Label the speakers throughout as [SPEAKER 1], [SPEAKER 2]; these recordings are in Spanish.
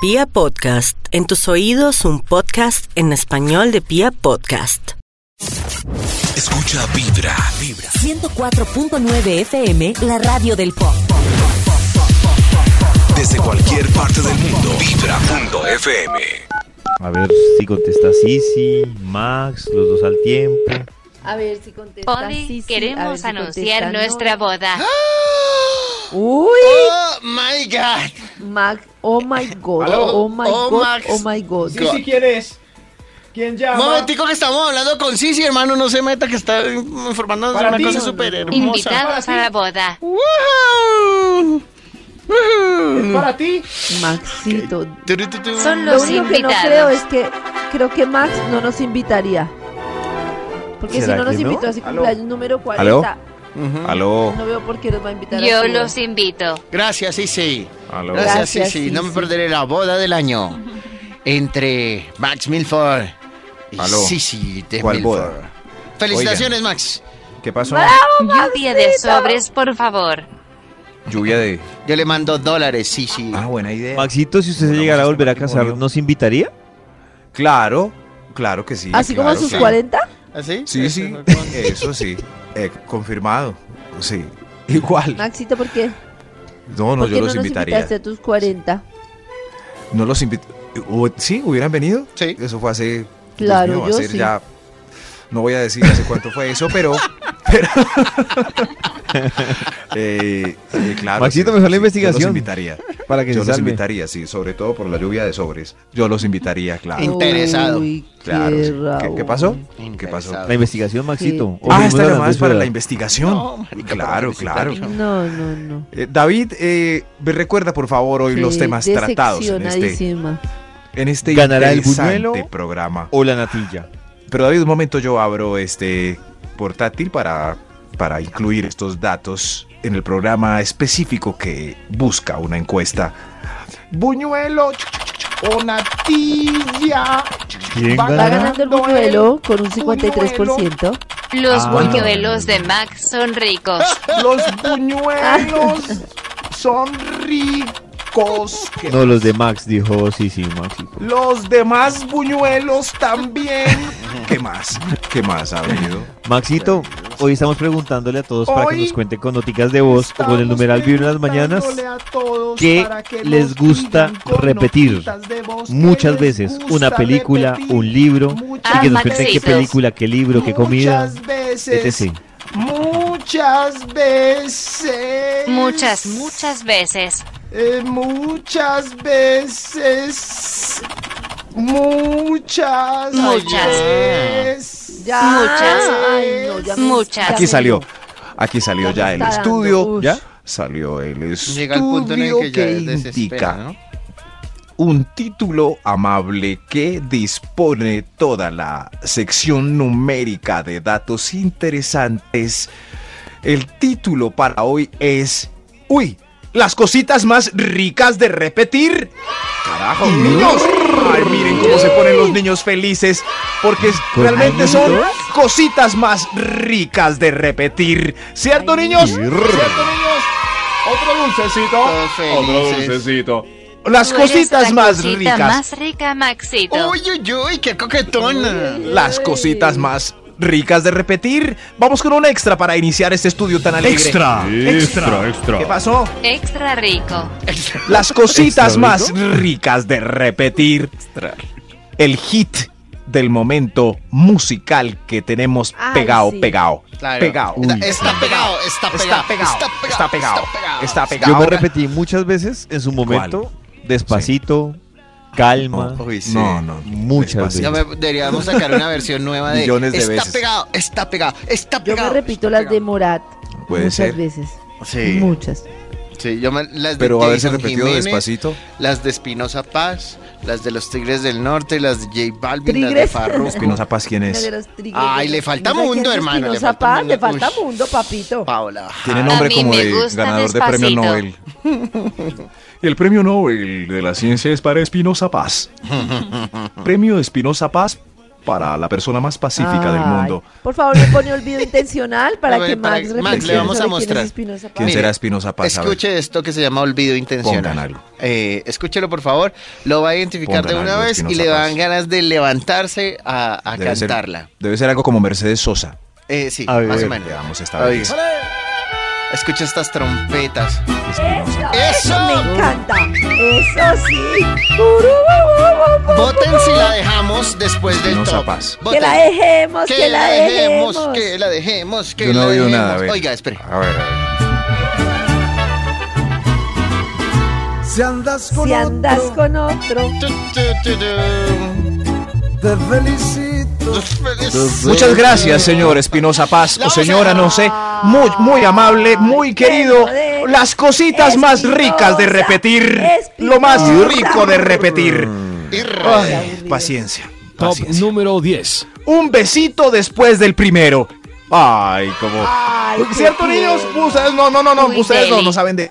[SPEAKER 1] Pia Podcast, en tus oídos un podcast en español de Pia Podcast.
[SPEAKER 2] Escucha Vibra. Vibra.
[SPEAKER 3] 104.9 FM, la radio del pop.
[SPEAKER 2] Desde cualquier parte del mundo. Vibra.fm.
[SPEAKER 4] A ver si contesta Sisi, Max, los dos al tiempo.
[SPEAKER 5] A ver si contesta. sí,
[SPEAKER 6] Oli,
[SPEAKER 5] sí. A ver
[SPEAKER 6] queremos
[SPEAKER 5] si
[SPEAKER 6] anunciar
[SPEAKER 5] contesta, no.
[SPEAKER 6] nuestra boda.
[SPEAKER 5] Uy,
[SPEAKER 7] Oh my god.
[SPEAKER 5] Mac, oh my god,
[SPEAKER 7] Aló,
[SPEAKER 5] oh my
[SPEAKER 7] oh,
[SPEAKER 5] god,
[SPEAKER 7] Max.
[SPEAKER 5] oh my god.
[SPEAKER 7] Sí, sí,
[SPEAKER 8] ¿Quién es? ¿Quién llama?
[SPEAKER 7] Momentico que estamos hablando con Sisi, hermano, no se meta que está informándonos de
[SPEAKER 8] Para
[SPEAKER 7] una
[SPEAKER 8] ti,
[SPEAKER 7] cosa
[SPEAKER 8] no,
[SPEAKER 7] súper
[SPEAKER 8] no, no.
[SPEAKER 7] hermosa.
[SPEAKER 6] Invitados a la boda.
[SPEAKER 7] Wow.
[SPEAKER 8] ¿Es
[SPEAKER 7] Wow.
[SPEAKER 8] para ti?
[SPEAKER 5] Maxito.
[SPEAKER 7] Turu, tu, tu.
[SPEAKER 6] Son
[SPEAKER 5] Lo
[SPEAKER 6] los
[SPEAKER 5] único que no
[SPEAKER 6] invitados.
[SPEAKER 5] creo es que creo que Max no nos invitaría. Porque si
[SPEAKER 4] ¿Será
[SPEAKER 5] no nos
[SPEAKER 4] que no?
[SPEAKER 5] invitó a su
[SPEAKER 8] Aló.
[SPEAKER 5] cumpleaños número 40,
[SPEAKER 4] Aló.
[SPEAKER 7] Ujú.
[SPEAKER 4] Aló.
[SPEAKER 5] no veo por qué nos va a invitar. a
[SPEAKER 6] Yo
[SPEAKER 5] su boda.
[SPEAKER 6] los invito.
[SPEAKER 7] Gracias, Sisi.
[SPEAKER 4] Aló.
[SPEAKER 7] Gracias,
[SPEAKER 5] Gracias,
[SPEAKER 7] Sisi. No me
[SPEAKER 5] Sisi.
[SPEAKER 7] perderé la boda del año entre Max Milford y
[SPEAKER 4] Aló.
[SPEAKER 7] Sisi de
[SPEAKER 4] ¿Cuál
[SPEAKER 7] Milford.
[SPEAKER 4] boda?
[SPEAKER 7] Felicitaciones, Max.
[SPEAKER 4] ¿Qué pasó?
[SPEAKER 6] Lluvia de sobres, por favor.
[SPEAKER 4] Lluvia de.
[SPEAKER 7] Yo le mando dólares, Sisi.
[SPEAKER 2] Ah, buena idea.
[SPEAKER 4] Maxito, si usted se
[SPEAKER 2] Bueno,
[SPEAKER 4] llegara a
[SPEAKER 2] vamos a
[SPEAKER 4] volver a
[SPEAKER 2] llamar
[SPEAKER 4] casar,
[SPEAKER 2] tipo,
[SPEAKER 4] ¿nos invitaría?
[SPEAKER 2] Claro, claro que sí.
[SPEAKER 5] Así como a
[SPEAKER 2] claro
[SPEAKER 5] sus
[SPEAKER 2] que-
[SPEAKER 5] 40,
[SPEAKER 7] ¿Así?
[SPEAKER 2] Sí, sí, eso sí. Eh, confirmado. Sí. Igual.
[SPEAKER 5] Maxito, ¿por qué?
[SPEAKER 2] No, no,
[SPEAKER 5] ¿Por
[SPEAKER 2] Pues yo
[SPEAKER 5] qué no
[SPEAKER 2] los
[SPEAKER 5] nos
[SPEAKER 2] invitaría.
[SPEAKER 5] invitaste a tus 40?
[SPEAKER 2] No los invito. o- ¿Sí? ¿Hubieran venido?
[SPEAKER 7] Sí.
[SPEAKER 2] Eso fue hace. Dios
[SPEAKER 5] Claro,
[SPEAKER 2] mío, va a
[SPEAKER 5] yo
[SPEAKER 2] ser
[SPEAKER 5] sí.
[SPEAKER 2] ya- No voy a decir hace cuánto fue eso, pero. pero- Eh, eh, claro,
[SPEAKER 4] Maxito,
[SPEAKER 2] sí,
[SPEAKER 4] mejor
[SPEAKER 2] sí, Yo los
[SPEAKER 4] la investigación.
[SPEAKER 2] invitaría.
[SPEAKER 4] Para que
[SPEAKER 2] Yo
[SPEAKER 4] se
[SPEAKER 2] los
[SPEAKER 4] salve.
[SPEAKER 2] invitaría, sí, sobre todo por la lluvia de sobres. Yo los invitaría, claro.
[SPEAKER 7] Interesado.
[SPEAKER 5] Uy, qué
[SPEAKER 2] Claro. sí. ¿Qué, qué
[SPEAKER 5] rabón.
[SPEAKER 2] pasó? ¿Qué pasó?
[SPEAKER 7] Interesado.
[SPEAKER 4] La investigación, Maxito.
[SPEAKER 5] Sí.
[SPEAKER 4] O
[SPEAKER 2] Ah,
[SPEAKER 4] primero
[SPEAKER 2] esta
[SPEAKER 4] las
[SPEAKER 2] llamada es
[SPEAKER 4] dos
[SPEAKER 2] para la
[SPEAKER 4] bodas.
[SPEAKER 2] investigación.
[SPEAKER 7] No, marica,
[SPEAKER 2] claro,
[SPEAKER 7] para la
[SPEAKER 2] claro.
[SPEAKER 7] investigación.
[SPEAKER 5] No, no, no.
[SPEAKER 2] Eh, David, eh, me recuerda por favor hoy los
[SPEAKER 5] Qué
[SPEAKER 2] temas tratados en este,
[SPEAKER 5] decepcionadísima.
[SPEAKER 2] en este
[SPEAKER 4] ¿Ganará el
[SPEAKER 2] interesante
[SPEAKER 4] buñuelo?
[SPEAKER 2] programa.
[SPEAKER 4] O la natilla.
[SPEAKER 2] Pero David, un momento yo abro este portátil para, para incluir estos datos en el programa específico que busca una encuesta. Buñuelo o natilla.
[SPEAKER 4] ¿Quién
[SPEAKER 2] Va-
[SPEAKER 5] Va
[SPEAKER 2] ganará?
[SPEAKER 5] ganando el buñuelo con un 53%.
[SPEAKER 6] Los
[SPEAKER 4] Ah.
[SPEAKER 6] buñuelos de Max son ricos.
[SPEAKER 2] Los buñuelos son ricos.
[SPEAKER 4] No, los de Max, dijo sí, sí, Maxito.
[SPEAKER 2] Los demás buñuelos también. ¿Qué más? ¿Qué más ha venido?
[SPEAKER 4] Maxito, hoy estamos preguntándole a todos para que
[SPEAKER 8] Hoy
[SPEAKER 4] nos cuenten con noticas de voz o con el numeral Vibra en las mañanas.
[SPEAKER 8] Preguntándole a todos
[SPEAKER 4] ¿Qué
[SPEAKER 8] para que
[SPEAKER 4] les
[SPEAKER 8] nos
[SPEAKER 4] gusta
[SPEAKER 8] digan con
[SPEAKER 4] repetir?
[SPEAKER 8] notitas de voz, ¿qué
[SPEAKER 4] Muchas
[SPEAKER 8] les
[SPEAKER 4] veces,
[SPEAKER 8] gusta
[SPEAKER 4] una película,
[SPEAKER 8] repetir?
[SPEAKER 4] un libro, y
[SPEAKER 6] Ah,
[SPEAKER 8] Muchas
[SPEAKER 4] que nos cuenten qué
[SPEAKER 6] Maxito.
[SPEAKER 4] película, qué libro, qué comida,
[SPEAKER 8] Muchas veces.
[SPEAKER 4] etc.
[SPEAKER 8] Muchas veces.
[SPEAKER 6] Muchas, muchas veces.
[SPEAKER 8] eh, muchas veces. Muchas.
[SPEAKER 6] Muchas.
[SPEAKER 8] veces.
[SPEAKER 5] Ya.
[SPEAKER 6] Muchas.
[SPEAKER 5] Ay, no, ya me-
[SPEAKER 6] Muchas.
[SPEAKER 5] ya
[SPEAKER 2] Aquí
[SPEAKER 5] me-
[SPEAKER 2] salió. Aquí salió ya el
[SPEAKER 5] está dando,
[SPEAKER 2] estudio.
[SPEAKER 5] uy.
[SPEAKER 2] ¿Ya? Salió el estudio
[SPEAKER 7] Llega el punto en el que
[SPEAKER 2] que,
[SPEAKER 7] ya es
[SPEAKER 2] indica
[SPEAKER 7] desespera, ¿no?
[SPEAKER 2] un título amable que dispone toda la sección numérica de datos interesantes. El título para hoy es Uy, las cositas más ricas de repetir. Carajo, niños. Ay, miren cómo se ponen los niños felices porque es-
[SPEAKER 4] ¿Con
[SPEAKER 2] realmente son
[SPEAKER 4] niños?
[SPEAKER 2] cositas más ricas de repetir. ¿Cierto, niños?
[SPEAKER 4] Sí.
[SPEAKER 2] ¿Cierto, niños? Otro dulcecito.
[SPEAKER 7] Todos felices.
[SPEAKER 2] Las
[SPEAKER 6] Tú eres
[SPEAKER 2] cositas
[SPEAKER 6] la
[SPEAKER 2] más
[SPEAKER 6] cosita
[SPEAKER 2] ricas.
[SPEAKER 6] más rica, Maxito.
[SPEAKER 7] Uy, uy, uy, qué coquetona.
[SPEAKER 2] las cositas más ricas de repetir. Vamos con un extra para iniciar este estudio tan alegre. Extra, extra, extra. ¿Qué pasó?
[SPEAKER 6] Extra rico.
[SPEAKER 2] Las cositas más ricas de repetir. El hit del momento musical que tenemos
[SPEAKER 5] Ay,
[SPEAKER 2] pegado,
[SPEAKER 5] sí.
[SPEAKER 2] pegado,
[SPEAKER 7] Claro.
[SPEAKER 2] pegado.
[SPEAKER 7] Está, está pegado, está
[SPEAKER 2] Está
[SPEAKER 7] pegado,
[SPEAKER 2] pegado, está pegado, está pegado.
[SPEAKER 4] Yo me repetí muchas veces en su momento, despacito, calma,
[SPEAKER 7] Uy, sí.
[SPEAKER 2] No, no,
[SPEAKER 4] muchas
[SPEAKER 2] Despacito.
[SPEAKER 7] Ya
[SPEAKER 4] veces.
[SPEAKER 7] me- deberíamos sacar una versión nueva de
[SPEAKER 2] Millones de
[SPEAKER 7] está
[SPEAKER 2] veces.
[SPEAKER 7] pegado, está pegado, está
[SPEAKER 5] Yo me
[SPEAKER 7] pegado.
[SPEAKER 5] repito las de Morat.
[SPEAKER 2] Puede
[SPEAKER 5] muchas
[SPEAKER 2] ser.
[SPEAKER 5] veces.
[SPEAKER 7] Sí.
[SPEAKER 5] Muchas.
[SPEAKER 7] Sí, yo me- las de
[SPEAKER 2] Pero haberse
[SPEAKER 7] Jason
[SPEAKER 2] repetido
[SPEAKER 7] Jiménez,
[SPEAKER 2] despacito.
[SPEAKER 7] Las de Espinosa Paz, las de los Tigres del Norte, las de J Balvin, las de
[SPEAKER 5] ¿Tigres?
[SPEAKER 7] Farruko.
[SPEAKER 2] Espinosa Paz, ¿quién
[SPEAKER 5] Una de
[SPEAKER 2] es?
[SPEAKER 5] las trigueñas.
[SPEAKER 7] Ay, le falta
[SPEAKER 5] No sé
[SPEAKER 7] mundo,
[SPEAKER 5] quién es
[SPEAKER 7] hermano, le
[SPEAKER 5] Espinosa
[SPEAKER 7] falta
[SPEAKER 5] Paz,
[SPEAKER 7] mundo.
[SPEAKER 5] le falta
[SPEAKER 7] Uy.
[SPEAKER 5] mundo, papito.
[SPEAKER 7] Paola.
[SPEAKER 2] Tiene
[SPEAKER 6] Ah, A
[SPEAKER 2] nombre
[SPEAKER 6] mí
[SPEAKER 2] como
[SPEAKER 6] me
[SPEAKER 2] de
[SPEAKER 6] gusta
[SPEAKER 2] ganador de premio
[SPEAKER 6] Despacito.
[SPEAKER 2] Nobel. Y el premio Nobel de la ciencia es para Espinosa Paz. premio Espinosa Paz para la persona más pacífica del
[SPEAKER 5] Ay,
[SPEAKER 2] mundo.
[SPEAKER 5] Por favor, le pone olvido intencional para
[SPEAKER 7] A ver,
[SPEAKER 5] que
[SPEAKER 7] para-
[SPEAKER 5] Max
[SPEAKER 7] Max,
[SPEAKER 5] reflexione
[SPEAKER 7] le vamos a
[SPEAKER 5] sobre quién es
[SPEAKER 7] mostrar.
[SPEAKER 5] Espinosa
[SPEAKER 2] ¿Quién
[SPEAKER 5] Paz.
[SPEAKER 7] Mire,
[SPEAKER 2] será Espinosa Paz? A ver,
[SPEAKER 7] ah, Escuche esto que se llama olvido
[SPEAKER 2] Pongan
[SPEAKER 7] intencional.
[SPEAKER 2] algo.
[SPEAKER 7] Eh, escúchelo, por favor. Lo va a identificar
[SPEAKER 2] Pongan
[SPEAKER 7] de una
[SPEAKER 2] algo,
[SPEAKER 7] vez y
[SPEAKER 2] Espinosa
[SPEAKER 7] le
[SPEAKER 2] Paz.
[SPEAKER 7] dan ganas de levantarse a, a
[SPEAKER 2] debe ser-
[SPEAKER 7] cantarla.
[SPEAKER 2] debe ser algo como Mercedes Sosa.
[SPEAKER 7] Eh, sí,
[SPEAKER 4] A ver,
[SPEAKER 7] más o menos.
[SPEAKER 2] veamos esta
[SPEAKER 7] Oiga.
[SPEAKER 2] belleza.
[SPEAKER 7] Escucha estas trompetas.
[SPEAKER 2] Espinosa.
[SPEAKER 5] Me
[SPEAKER 7] ¡Eso!
[SPEAKER 5] encanta. Eso sí. Urubububu.
[SPEAKER 7] Voten si la dejamos después del
[SPEAKER 2] Espinosa
[SPEAKER 7] top.
[SPEAKER 2] Paz.
[SPEAKER 5] Que
[SPEAKER 7] Voten.
[SPEAKER 5] la dejemos, que, la dejemos.
[SPEAKER 7] que la dejemos, que
[SPEAKER 2] Yo
[SPEAKER 7] la
[SPEAKER 2] no veo
[SPEAKER 7] dejemos.
[SPEAKER 2] nada, a ver.
[SPEAKER 7] Oiga, espere.
[SPEAKER 2] A ver, a
[SPEAKER 9] Si andas con
[SPEAKER 5] Si andas
[SPEAKER 9] otro,
[SPEAKER 5] con otro,
[SPEAKER 7] Tu, tu, tu, tu.
[SPEAKER 9] te felicito.
[SPEAKER 7] Tus felices-
[SPEAKER 2] ver. Muchas gracias, señor Espinosa Paz, o señora, no sé, muy, muy amable, muy querido. Las cositas más ricas de repetir, lo más rico de repetir.
[SPEAKER 7] Y
[SPEAKER 2] Ay,
[SPEAKER 7] re-
[SPEAKER 2] paciencia,
[SPEAKER 10] Top
[SPEAKER 2] paciencia.
[SPEAKER 10] número 10.
[SPEAKER 2] Un besito después del primero. Ay, como...
[SPEAKER 5] ay, qué
[SPEAKER 2] ¿Cierto, niños?
[SPEAKER 5] tierno.
[SPEAKER 2] Ustedes no, no, no, no,
[SPEAKER 6] Uy,
[SPEAKER 2] ustedes no,
[SPEAKER 6] dele.
[SPEAKER 2] no saben de...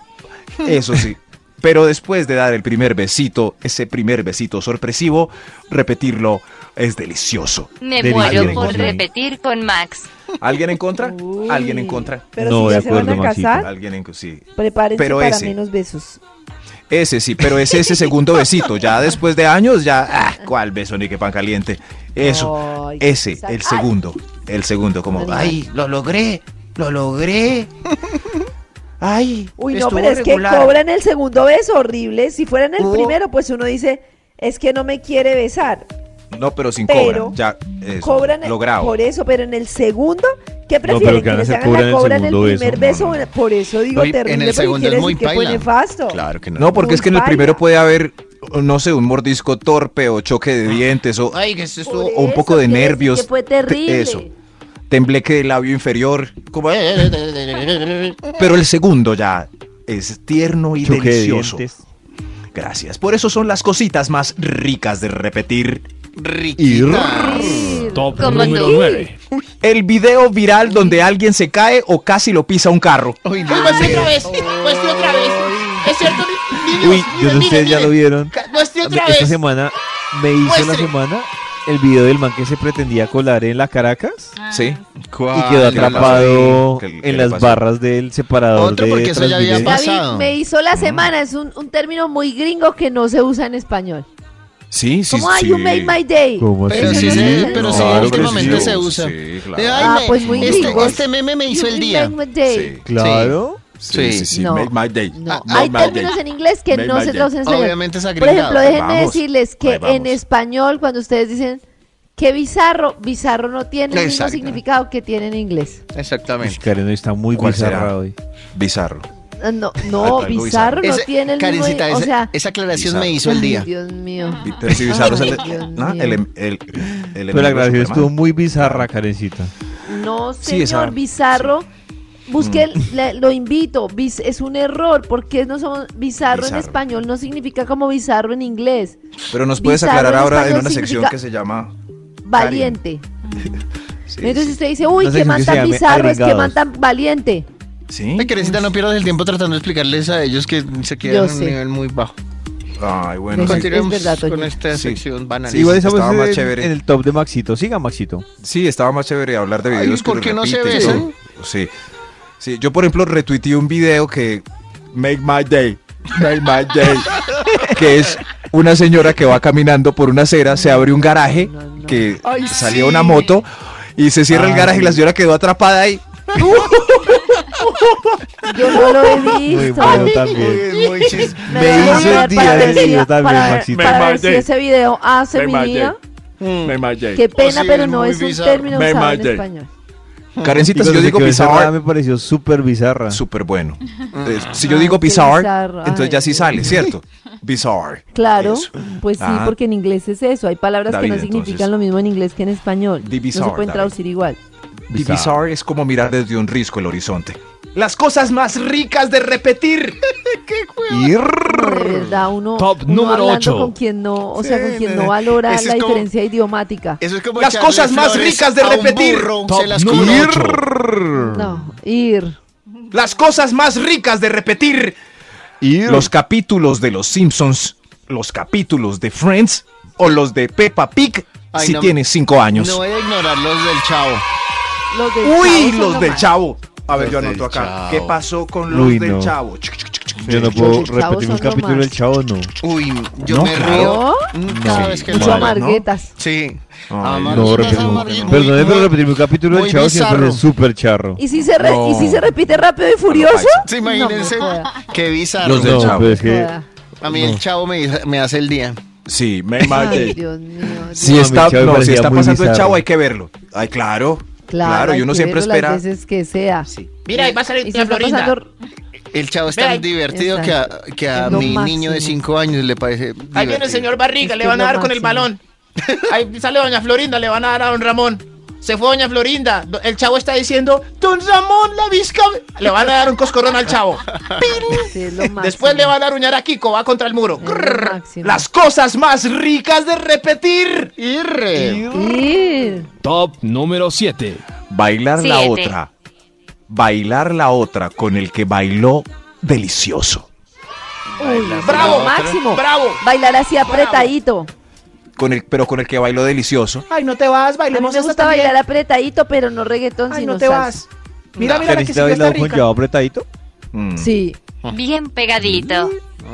[SPEAKER 2] Eso sí. Pero después de dar el primer besito, ese primer besito sorpresivo, repetirlo es delicioso.
[SPEAKER 6] Me
[SPEAKER 2] Deli-
[SPEAKER 6] muero
[SPEAKER 2] ¿Alguien en
[SPEAKER 6] por
[SPEAKER 2] contra?
[SPEAKER 6] repetir con Max.
[SPEAKER 2] ¿Alguien en contra?
[SPEAKER 5] Uy, ¿Ah?
[SPEAKER 2] ¿Alguien en contra?
[SPEAKER 5] Pero
[SPEAKER 4] No,
[SPEAKER 5] si ya
[SPEAKER 4] de
[SPEAKER 5] se van
[SPEAKER 4] acuerdo,
[SPEAKER 5] a
[SPEAKER 4] Maxito.
[SPEAKER 5] casar,
[SPEAKER 2] Alguien en... Sí.
[SPEAKER 5] prepárense
[SPEAKER 2] Pero
[SPEAKER 5] para
[SPEAKER 2] ese.
[SPEAKER 5] menos besos.
[SPEAKER 2] Ese sí, pero es ese segundo besito. Ya después de años, ya. ah, ¿Cuál beso ni qué pan caliente? Eso.
[SPEAKER 5] Ay,
[SPEAKER 2] ese,
[SPEAKER 5] exacto.
[SPEAKER 2] el segundo. El segundo, como. ¡Ay!
[SPEAKER 7] Ay, lo logré, lo logré. Ay,
[SPEAKER 5] Uy, no,
[SPEAKER 7] estuvo
[SPEAKER 5] pero es que
[SPEAKER 7] regular.
[SPEAKER 5] cobran el segundo beso horrible. Si fuera en el
[SPEAKER 7] Hubo-
[SPEAKER 5] primero, pues uno dice, es que no me quiere besar.
[SPEAKER 2] No, pero sin
[SPEAKER 5] Pero
[SPEAKER 2] cobra. Ya. Eso,
[SPEAKER 5] cobran el-
[SPEAKER 2] logrado.
[SPEAKER 5] por eso, pero en el segundo, ¿qué
[SPEAKER 4] pero
[SPEAKER 5] prefieren?
[SPEAKER 4] que van a
[SPEAKER 5] les
[SPEAKER 4] hacer
[SPEAKER 5] hagan
[SPEAKER 4] cobrar
[SPEAKER 5] la
[SPEAKER 4] en el
[SPEAKER 5] cobra en el
[SPEAKER 4] segundo beso,
[SPEAKER 5] primer
[SPEAKER 4] no,
[SPEAKER 5] beso.
[SPEAKER 4] no, no.
[SPEAKER 5] Bueno, Por eso digo
[SPEAKER 7] Oye, en el
[SPEAKER 5] terrible, porque
[SPEAKER 7] segundo es
[SPEAKER 5] quiere
[SPEAKER 7] muy
[SPEAKER 5] decir que fue
[SPEAKER 7] paila.
[SPEAKER 5] nefasto.
[SPEAKER 7] Claro que no.
[SPEAKER 2] No, porque es que en el
[SPEAKER 5] Muy
[SPEAKER 2] primero
[SPEAKER 5] paila.
[SPEAKER 2] puede haber, no sé, un mordisco torpe o choque de dientes o,
[SPEAKER 7] Ay, que esto
[SPEAKER 5] Por
[SPEAKER 7] estuvo.
[SPEAKER 2] o un poco
[SPEAKER 5] eso
[SPEAKER 2] de
[SPEAKER 5] quiere decir
[SPEAKER 2] nervios.
[SPEAKER 5] que fue
[SPEAKER 2] te-
[SPEAKER 5] terrible.
[SPEAKER 2] Eso. Tembleque del labio inferior. eh,
[SPEAKER 7] como-
[SPEAKER 2] Pero el segundo ya es tierno y
[SPEAKER 4] Choque de
[SPEAKER 2] delicioso.
[SPEAKER 4] dientes.
[SPEAKER 2] Gracias. Por eso son las cositas más ricas de repetir.
[SPEAKER 7] Riquita.
[SPEAKER 10] Top
[SPEAKER 6] Como
[SPEAKER 10] número
[SPEAKER 6] tú.
[SPEAKER 10] 9.
[SPEAKER 2] El video viral donde alguien se cae o casi lo pisa un carro.
[SPEAKER 7] Ay, Dios
[SPEAKER 8] Vuelve
[SPEAKER 7] mío.
[SPEAKER 8] otra vez, vuelve otra vez. Es cierto, ni- niños,
[SPEAKER 4] Uy, yo no sé,
[SPEAKER 8] miren,
[SPEAKER 4] ya lo
[SPEAKER 8] miren.
[SPEAKER 4] vieron.
[SPEAKER 8] Ca- Muestre otra
[SPEAKER 4] Esta
[SPEAKER 8] vez.
[SPEAKER 4] semana me hizo la
[SPEAKER 8] Muestre.
[SPEAKER 4] semana el video del man que se pretendía colar en la Caracas
[SPEAKER 2] Sí.
[SPEAKER 4] y quedó
[SPEAKER 2] ¿qué le pasó?
[SPEAKER 4] atrapado
[SPEAKER 2] ¿Qué le- qué
[SPEAKER 4] en
[SPEAKER 2] le
[SPEAKER 4] las
[SPEAKER 2] pasó?
[SPEAKER 4] barras del separador
[SPEAKER 7] Otro,
[SPEAKER 4] de
[SPEAKER 7] porque eso ya había
[SPEAKER 4] Transmilenio.
[SPEAKER 7] pasado.
[SPEAKER 5] David me hizo
[SPEAKER 2] Ah.
[SPEAKER 5] la semana, es un, un término muy gringo que no se usa en español.
[SPEAKER 2] Sí, sí,
[SPEAKER 5] ¿Cómo
[SPEAKER 2] sí.
[SPEAKER 5] hay you made my day?
[SPEAKER 4] ¿Cómo
[SPEAKER 7] Pero
[SPEAKER 4] así?
[SPEAKER 7] sí, se-
[SPEAKER 5] No,
[SPEAKER 7] pero sí,
[SPEAKER 2] claro que
[SPEAKER 4] este
[SPEAKER 7] últimamente
[SPEAKER 2] sí.
[SPEAKER 7] se usa.
[SPEAKER 2] Sí, claro.
[SPEAKER 7] Ay,
[SPEAKER 5] Ah,
[SPEAKER 7] me-
[SPEAKER 5] pues muy
[SPEAKER 7] este,
[SPEAKER 5] gringos.
[SPEAKER 7] este meme me hizo
[SPEAKER 5] You
[SPEAKER 7] el día.
[SPEAKER 5] made my day.
[SPEAKER 2] Sí.
[SPEAKER 4] Claro.
[SPEAKER 2] Sí, sí, sí,
[SPEAKER 5] No.
[SPEAKER 2] make my day.
[SPEAKER 5] No,
[SPEAKER 2] Make
[SPEAKER 5] hay
[SPEAKER 2] my
[SPEAKER 5] términos
[SPEAKER 2] day.
[SPEAKER 5] en inglés que
[SPEAKER 2] Make
[SPEAKER 5] no
[SPEAKER 2] my
[SPEAKER 5] se
[SPEAKER 2] day.
[SPEAKER 5] traducen en español.
[SPEAKER 7] Obviamente es
[SPEAKER 5] Por
[SPEAKER 7] agregado.
[SPEAKER 5] ejemplo, déjenme
[SPEAKER 2] vamos.
[SPEAKER 5] decirles
[SPEAKER 2] Ahí
[SPEAKER 5] que
[SPEAKER 2] vamos.
[SPEAKER 5] en español, cuando ustedes dicen que bizarro, bizarro no tiene el mismo
[SPEAKER 7] Exacto.
[SPEAKER 5] significado que tiene en inglés.
[SPEAKER 4] Uy,
[SPEAKER 7] Exactamente.
[SPEAKER 4] Karen hoy está muy
[SPEAKER 2] ¿Cuál será?
[SPEAKER 4] bizarra hoy.
[SPEAKER 2] Bizarro.
[SPEAKER 5] Ah, No,
[SPEAKER 2] Algo
[SPEAKER 5] no
[SPEAKER 2] bizarro.
[SPEAKER 5] bizarro no
[SPEAKER 7] Ese-
[SPEAKER 5] tiene el mismo.
[SPEAKER 7] Karencita,
[SPEAKER 5] o
[SPEAKER 7] esa,
[SPEAKER 5] sea,
[SPEAKER 7] esa aclaración
[SPEAKER 2] Bizarro.
[SPEAKER 7] me hizo el día.
[SPEAKER 5] Ay, Dios mío.
[SPEAKER 2] Bi- Sí, bizarro es el,
[SPEAKER 5] Ay, Dios
[SPEAKER 2] ¿no?
[SPEAKER 5] mío.
[SPEAKER 2] el, el, el
[SPEAKER 4] Pero
[SPEAKER 2] enemigo
[SPEAKER 4] la
[SPEAKER 2] de
[SPEAKER 4] grabación estuvo
[SPEAKER 2] Superman.
[SPEAKER 4] muy bizarra, Karencita.
[SPEAKER 5] No,
[SPEAKER 2] Sí, esa-
[SPEAKER 5] señor, bizarro.
[SPEAKER 4] Mm.
[SPEAKER 5] Busquen, la- lo invito. bis- es un error porque no somos bizarro, en
[SPEAKER 2] Bizarro.
[SPEAKER 5] español no significa como bizarro en inglés.
[SPEAKER 2] Pero nos puedes
[SPEAKER 5] Bizarro
[SPEAKER 2] aclarar
[SPEAKER 5] en
[SPEAKER 2] ahora en
[SPEAKER 5] español
[SPEAKER 2] una sección
[SPEAKER 5] significa-
[SPEAKER 2] que se llama.
[SPEAKER 5] Valiente.
[SPEAKER 2] Sí,
[SPEAKER 5] Entonces
[SPEAKER 2] sí.
[SPEAKER 5] usted dice, uy,
[SPEAKER 4] No sé
[SPEAKER 5] qué
[SPEAKER 4] si
[SPEAKER 5] man
[SPEAKER 4] se
[SPEAKER 5] tan
[SPEAKER 4] llame
[SPEAKER 5] bizarro es, qué man
[SPEAKER 4] agregados.
[SPEAKER 5] tan valiente.
[SPEAKER 2] ¿Sí?
[SPEAKER 7] Ay, Karencita, no pierdas el tiempo tratando de explicarles a ellos que se
[SPEAKER 5] Yo
[SPEAKER 7] quedan en un
[SPEAKER 5] sé.
[SPEAKER 7] nivel muy bajo.
[SPEAKER 2] Ay, bueno.
[SPEAKER 5] Es-
[SPEAKER 2] sí.
[SPEAKER 7] Continuemos
[SPEAKER 5] es verdad,
[SPEAKER 7] con
[SPEAKER 5] Toño.
[SPEAKER 7] esta
[SPEAKER 2] Sí.
[SPEAKER 7] sección banal.
[SPEAKER 2] Sí,
[SPEAKER 4] Igual estamos
[SPEAKER 2] estaba más
[SPEAKER 4] en,
[SPEAKER 2] chévere.
[SPEAKER 4] en el top de Maxito. Siga, Maxito.
[SPEAKER 2] Sí, estaba más chévere hablar de
[SPEAKER 7] Ay,
[SPEAKER 2] videos.
[SPEAKER 7] ¿por
[SPEAKER 2] que
[SPEAKER 7] qué no se
[SPEAKER 2] repite y todo.
[SPEAKER 7] besan?
[SPEAKER 2] Sí. sí. Yo, por ejemplo, retuiteé un video que. Make my day. Make my day. que es una señora que va caminando por una acera, se abre un garaje, que salía una moto y se cierra el
[SPEAKER 4] Ah,
[SPEAKER 2] garaje y la
[SPEAKER 4] sí.
[SPEAKER 2] señora quedó atrapada ahí.
[SPEAKER 5] Yo no lo he
[SPEAKER 4] Muy
[SPEAKER 5] visto.
[SPEAKER 4] bueno también.
[SPEAKER 7] Muy, muy chis-
[SPEAKER 5] Me
[SPEAKER 4] Me
[SPEAKER 5] voy a
[SPEAKER 4] hizo el
[SPEAKER 5] ver para
[SPEAKER 4] día
[SPEAKER 5] ver
[SPEAKER 4] del
[SPEAKER 5] si-
[SPEAKER 4] video también,
[SPEAKER 5] para ver-
[SPEAKER 4] Maxito.
[SPEAKER 5] Para ver si ese video hace mi día.
[SPEAKER 2] Make my day.
[SPEAKER 5] Qué pena,
[SPEAKER 7] Oh, sí,
[SPEAKER 5] pero
[SPEAKER 7] Mm. es
[SPEAKER 5] no
[SPEAKER 7] muy
[SPEAKER 5] es un
[SPEAKER 7] bizarro.
[SPEAKER 5] término
[SPEAKER 2] Make
[SPEAKER 5] usado
[SPEAKER 2] my
[SPEAKER 5] en
[SPEAKER 2] day.
[SPEAKER 5] español.
[SPEAKER 2] Karencita,
[SPEAKER 4] Ah. Y
[SPEAKER 2] si yo
[SPEAKER 4] cuando
[SPEAKER 2] digo
[SPEAKER 4] se quedó encerrada,
[SPEAKER 2] bizarre,
[SPEAKER 4] me pareció súper
[SPEAKER 7] Ah.
[SPEAKER 4] bizarra.
[SPEAKER 2] súper bueno. Eh, si yo
[SPEAKER 5] Ay,
[SPEAKER 2] digo
[SPEAKER 5] qué
[SPEAKER 2] bizarre,
[SPEAKER 5] bizarro.
[SPEAKER 2] entonces
[SPEAKER 5] Ay,
[SPEAKER 2] ya sí
[SPEAKER 5] Dios.
[SPEAKER 2] sale, ¿cierto? Bizarre.
[SPEAKER 5] Claro,
[SPEAKER 2] Eso.
[SPEAKER 5] pues sí,
[SPEAKER 2] Ah.
[SPEAKER 5] porque en inglés es eso. Hay palabras
[SPEAKER 2] David,
[SPEAKER 5] que no significan
[SPEAKER 2] entonces,
[SPEAKER 5] lo mismo en inglés que en español.
[SPEAKER 2] the
[SPEAKER 5] no
[SPEAKER 2] bizarre,
[SPEAKER 5] se pueden
[SPEAKER 2] David.
[SPEAKER 5] traducir igual.
[SPEAKER 2] Y bizarre es como mirar desde un risco el horizonte. Las cosas más ricas de repetir.
[SPEAKER 5] No, de verdad, uno,
[SPEAKER 10] Top
[SPEAKER 5] uno
[SPEAKER 10] número
[SPEAKER 5] hablando
[SPEAKER 10] ocho.
[SPEAKER 5] con quien no, o sea,
[SPEAKER 2] Sí,
[SPEAKER 5] con quien
[SPEAKER 2] nene.
[SPEAKER 5] no valora
[SPEAKER 7] Ese
[SPEAKER 5] la
[SPEAKER 7] es como-
[SPEAKER 5] diferencia idiomática.
[SPEAKER 7] Eso es como
[SPEAKER 2] Las
[SPEAKER 7] echarle
[SPEAKER 2] cosas más
[SPEAKER 7] flores
[SPEAKER 2] ricas de
[SPEAKER 7] a un
[SPEAKER 2] repetir.
[SPEAKER 7] burro,
[SPEAKER 10] Top
[SPEAKER 7] se las
[SPEAKER 10] número
[SPEAKER 7] comió.
[SPEAKER 10] 8.
[SPEAKER 5] No, ir.
[SPEAKER 2] Las cosas más ricas de repetir. Los capítulos de Los Simpsons, los capítulos de Friends o los de Peppa Pig
[SPEAKER 7] Ay,
[SPEAKER 2] si
[SPEAKER 7] no-
[SPEAKER 2] tienes cinco años.
[SPEAKER 7] No voy a ignorar los del chavo.
[SPEAKER 5] Los del
[SPEAKER 2] Uy,
[SPEAKER 5] Chavo son
[SPEAKER 2] los del
[SPEAKER 5] más.
[SPEAKER 2] chavo. A ver,
[SPEAKER 7] Los
[SPEAKER 2] yo
[SPEAKER 7] del
[SPEAKER 2] anoto acá.
[SPEAKER 7] Chavo.
[SPEAKER 2] ¿Qué pasó con los
[SPEAKER 4] Uy,
[SPEAKER 2] del
[SPEAKER 4] no.
[SPEAKER 2] chavo? Chuc, chuc, chuc, chuc.
[SPEAKER 4] Yo no
[SPEAKER 5] Sí,
[SPEAKER 4] puedo
[SPEAKER 5] los chavos
[SPEAKER 4] repetir un
[SPEAKER 5] son
[SPEAKER 4] capítulo
[SPEAKER 5] nomás.
[SPEAKER 4] del chavo, no.
[SPEAKER 7] Uy, yo
[SPEAKER 2] No,
[SPEAKER 7] me
[SPEAKER 5] claro.
[SPEAKER 7] río Mm, cada
[SPEAKER 4] No,
[SPEAKER 7] vez que
[SPEAKER 5] Mucho
[SPEAKER 7] lo
[SPEAKER 4] Vale,
[SPEAKER 7] hago.
[SPEAKER 5] amarguetas.
[SPEAKER 7] Sí.
[SPEAKER 2] Ay,
[SPEAKER 4] No,
[SPEAKER 7] Amar- Los
[SPEAKER 4] repetir
[SPEAKER 7] más
[SPEAKER 4] un-
[SPEAKER 7] amarillos,
[SPEAKER 4] Perdóneme,
[SPEAKER 7] muy-
[SPEAKER 4] pero repetir un capítulo del
[SPEAKER 7] muy
[SPEAKER 4] chavo siempre
[SPEAKER 7] bizarro.
[SPEAKER 4] es súper charro.
[SPEAKER 5] ¿Y si, se re-
[SPEAKER 2] No.
[SPEAKER 5] ¿Y si se repite rápido y furioso?
[SPEAKER 7] Sí, imagínense
[SPEAKER 5] No me joda.
[SPEAKER 7] qué bizarro.
[SPEAKER 2] Los del
[SPEAKER 4] No,
[SPEAKER 2] chavo.
[SPEAKER 4] pero es que-
[SPEAKER 5] Joda.
[SPEAKER 7] A mí el chavo me, me hace el día.
[SPEAKER 2] Sí, me
[SPEAKER 5] Ay,
[SPEAKER 2] imaginé.
[SPEAKER 5] Dios mío.
[SPEAKER 2] Si
[SPEAKER 4] No, mi
[SPEAKER 2] está,
[SPEAKER 4] chavo
[SPEAKER 2] no, si
[SPEAKER 4] parecía
[SPEAKER 2] está
[SPEAKER 4] muy
[SPEAKER 2] pasando el
[SPEAKER 4] bizarro.
[SPEAKER 2] chavo, hay que verlo. Ay, claro. Claro,
[SPEAKER 5] hay
[SPEAKER 2] y uno
[SPEAKER 5] que
[SPEAKER 2] siempre
[SPEAKER 5] verlo
[SPEAKER 2] espera.
[SPEAKER 5] Las veces que sea.
[SPEAKER 8] Mira, ahí va a
[SPEAKER 5] Y
[SPEAKER 8] salir
[SPEAKER 5] si
[SPEAKER 8] la
[SPEAKER 5] está
[SPEAKER 8] Florinda.
[SPEAKER 5] pasando-
[SPEAKER 7] El chavo es tan
[SPEAKER 8] Vean.
[SPEAKER 7] divertido que a, que a
[SPEAKER 5] Es lo
[SPEAKER 7] mi niño de
[SPEAKER 5] máximo.
[SPEAKER 7] 5 años le parece.
[SPEAKER 8] Ahí viene el
[SPEAKER 7] divertido.
[SPEAKER 8] señor Barriga,
[SPEAKER 5] Es
[SPEAKER 8] le
[SPEAKER 5] que
[SPEAKER 8] van a
[SPEAKER 5] es lo
[SPEAKER 8] dar con el balón.
[SPEAKER 5] máximo.
[SPEAKER 8] Ahí sale doña Florinda, le van a dar a don Ramón. Se fue doña Florinda. do- El chavo está diciendo, don Ramón, la visca. Le van a dar un coscorrón al chavo. ¡Pin!
[SPEAKER 5] Sí, pues, es lo máximo.
[SPEAKER 8] Después le van a aruñar a Kiko, va contra el muro.
[SPEAKER 5] Es lo
[SPEAKER 8] Crrr.
[SPEAKER 5] máximo.
[SPEAKER 2] Las cosas más ricas de repetir.
[SPEAKER 7] Irre.
[SPEAKER 5] Sí.
[SPEAKER 10] Top número 7.
[SPEAKER 2] Bailar la
[SPEAKER 6] Siete.
[SPEAKER 2] otra. Bailar la otra con el que bailó delicioso.
[SPEAKER 5] Uy,
[SPEAKER 8] Bravo,
[SPEAKER 5] lo máximo.
[SPEAKER 8] bravo.
[SPEAKER 5] Bailar así apretadito.
[SPEAKER 2] Con el, pero con el que bailó delicioso.
[SPEAKER 8] Ay, no te vas,
[SPEAKER 5] A mí
[SPEAKER 8] bailemos
[SPEAKER 5] me
[SPEAKER 8] esta
[SPEAKER 5] gusta
[SPEAKER 8] también.
[SPEAKER 5] bailar apretadito, pero no reggaetón,
[SPEAKER 8] Ay,
[SPEAKER 5] sino
[SPEAKER 8] no te vas.
[SPEAKER 5] salsa.
[SPEAKER 8] Mira, mira la que
[SPEAKER 4] ¿Karencita ha
[SPEAKER 8] sigue está
[SPEAKER 4] bailado con
[SPEAKER 8] rica.
[SPEAKER 4] chavo apretadito?
[SPEAKER 2] Mm.
[SPEAKER 5] Sí.
[SPEAKER 6] Bien pegadito.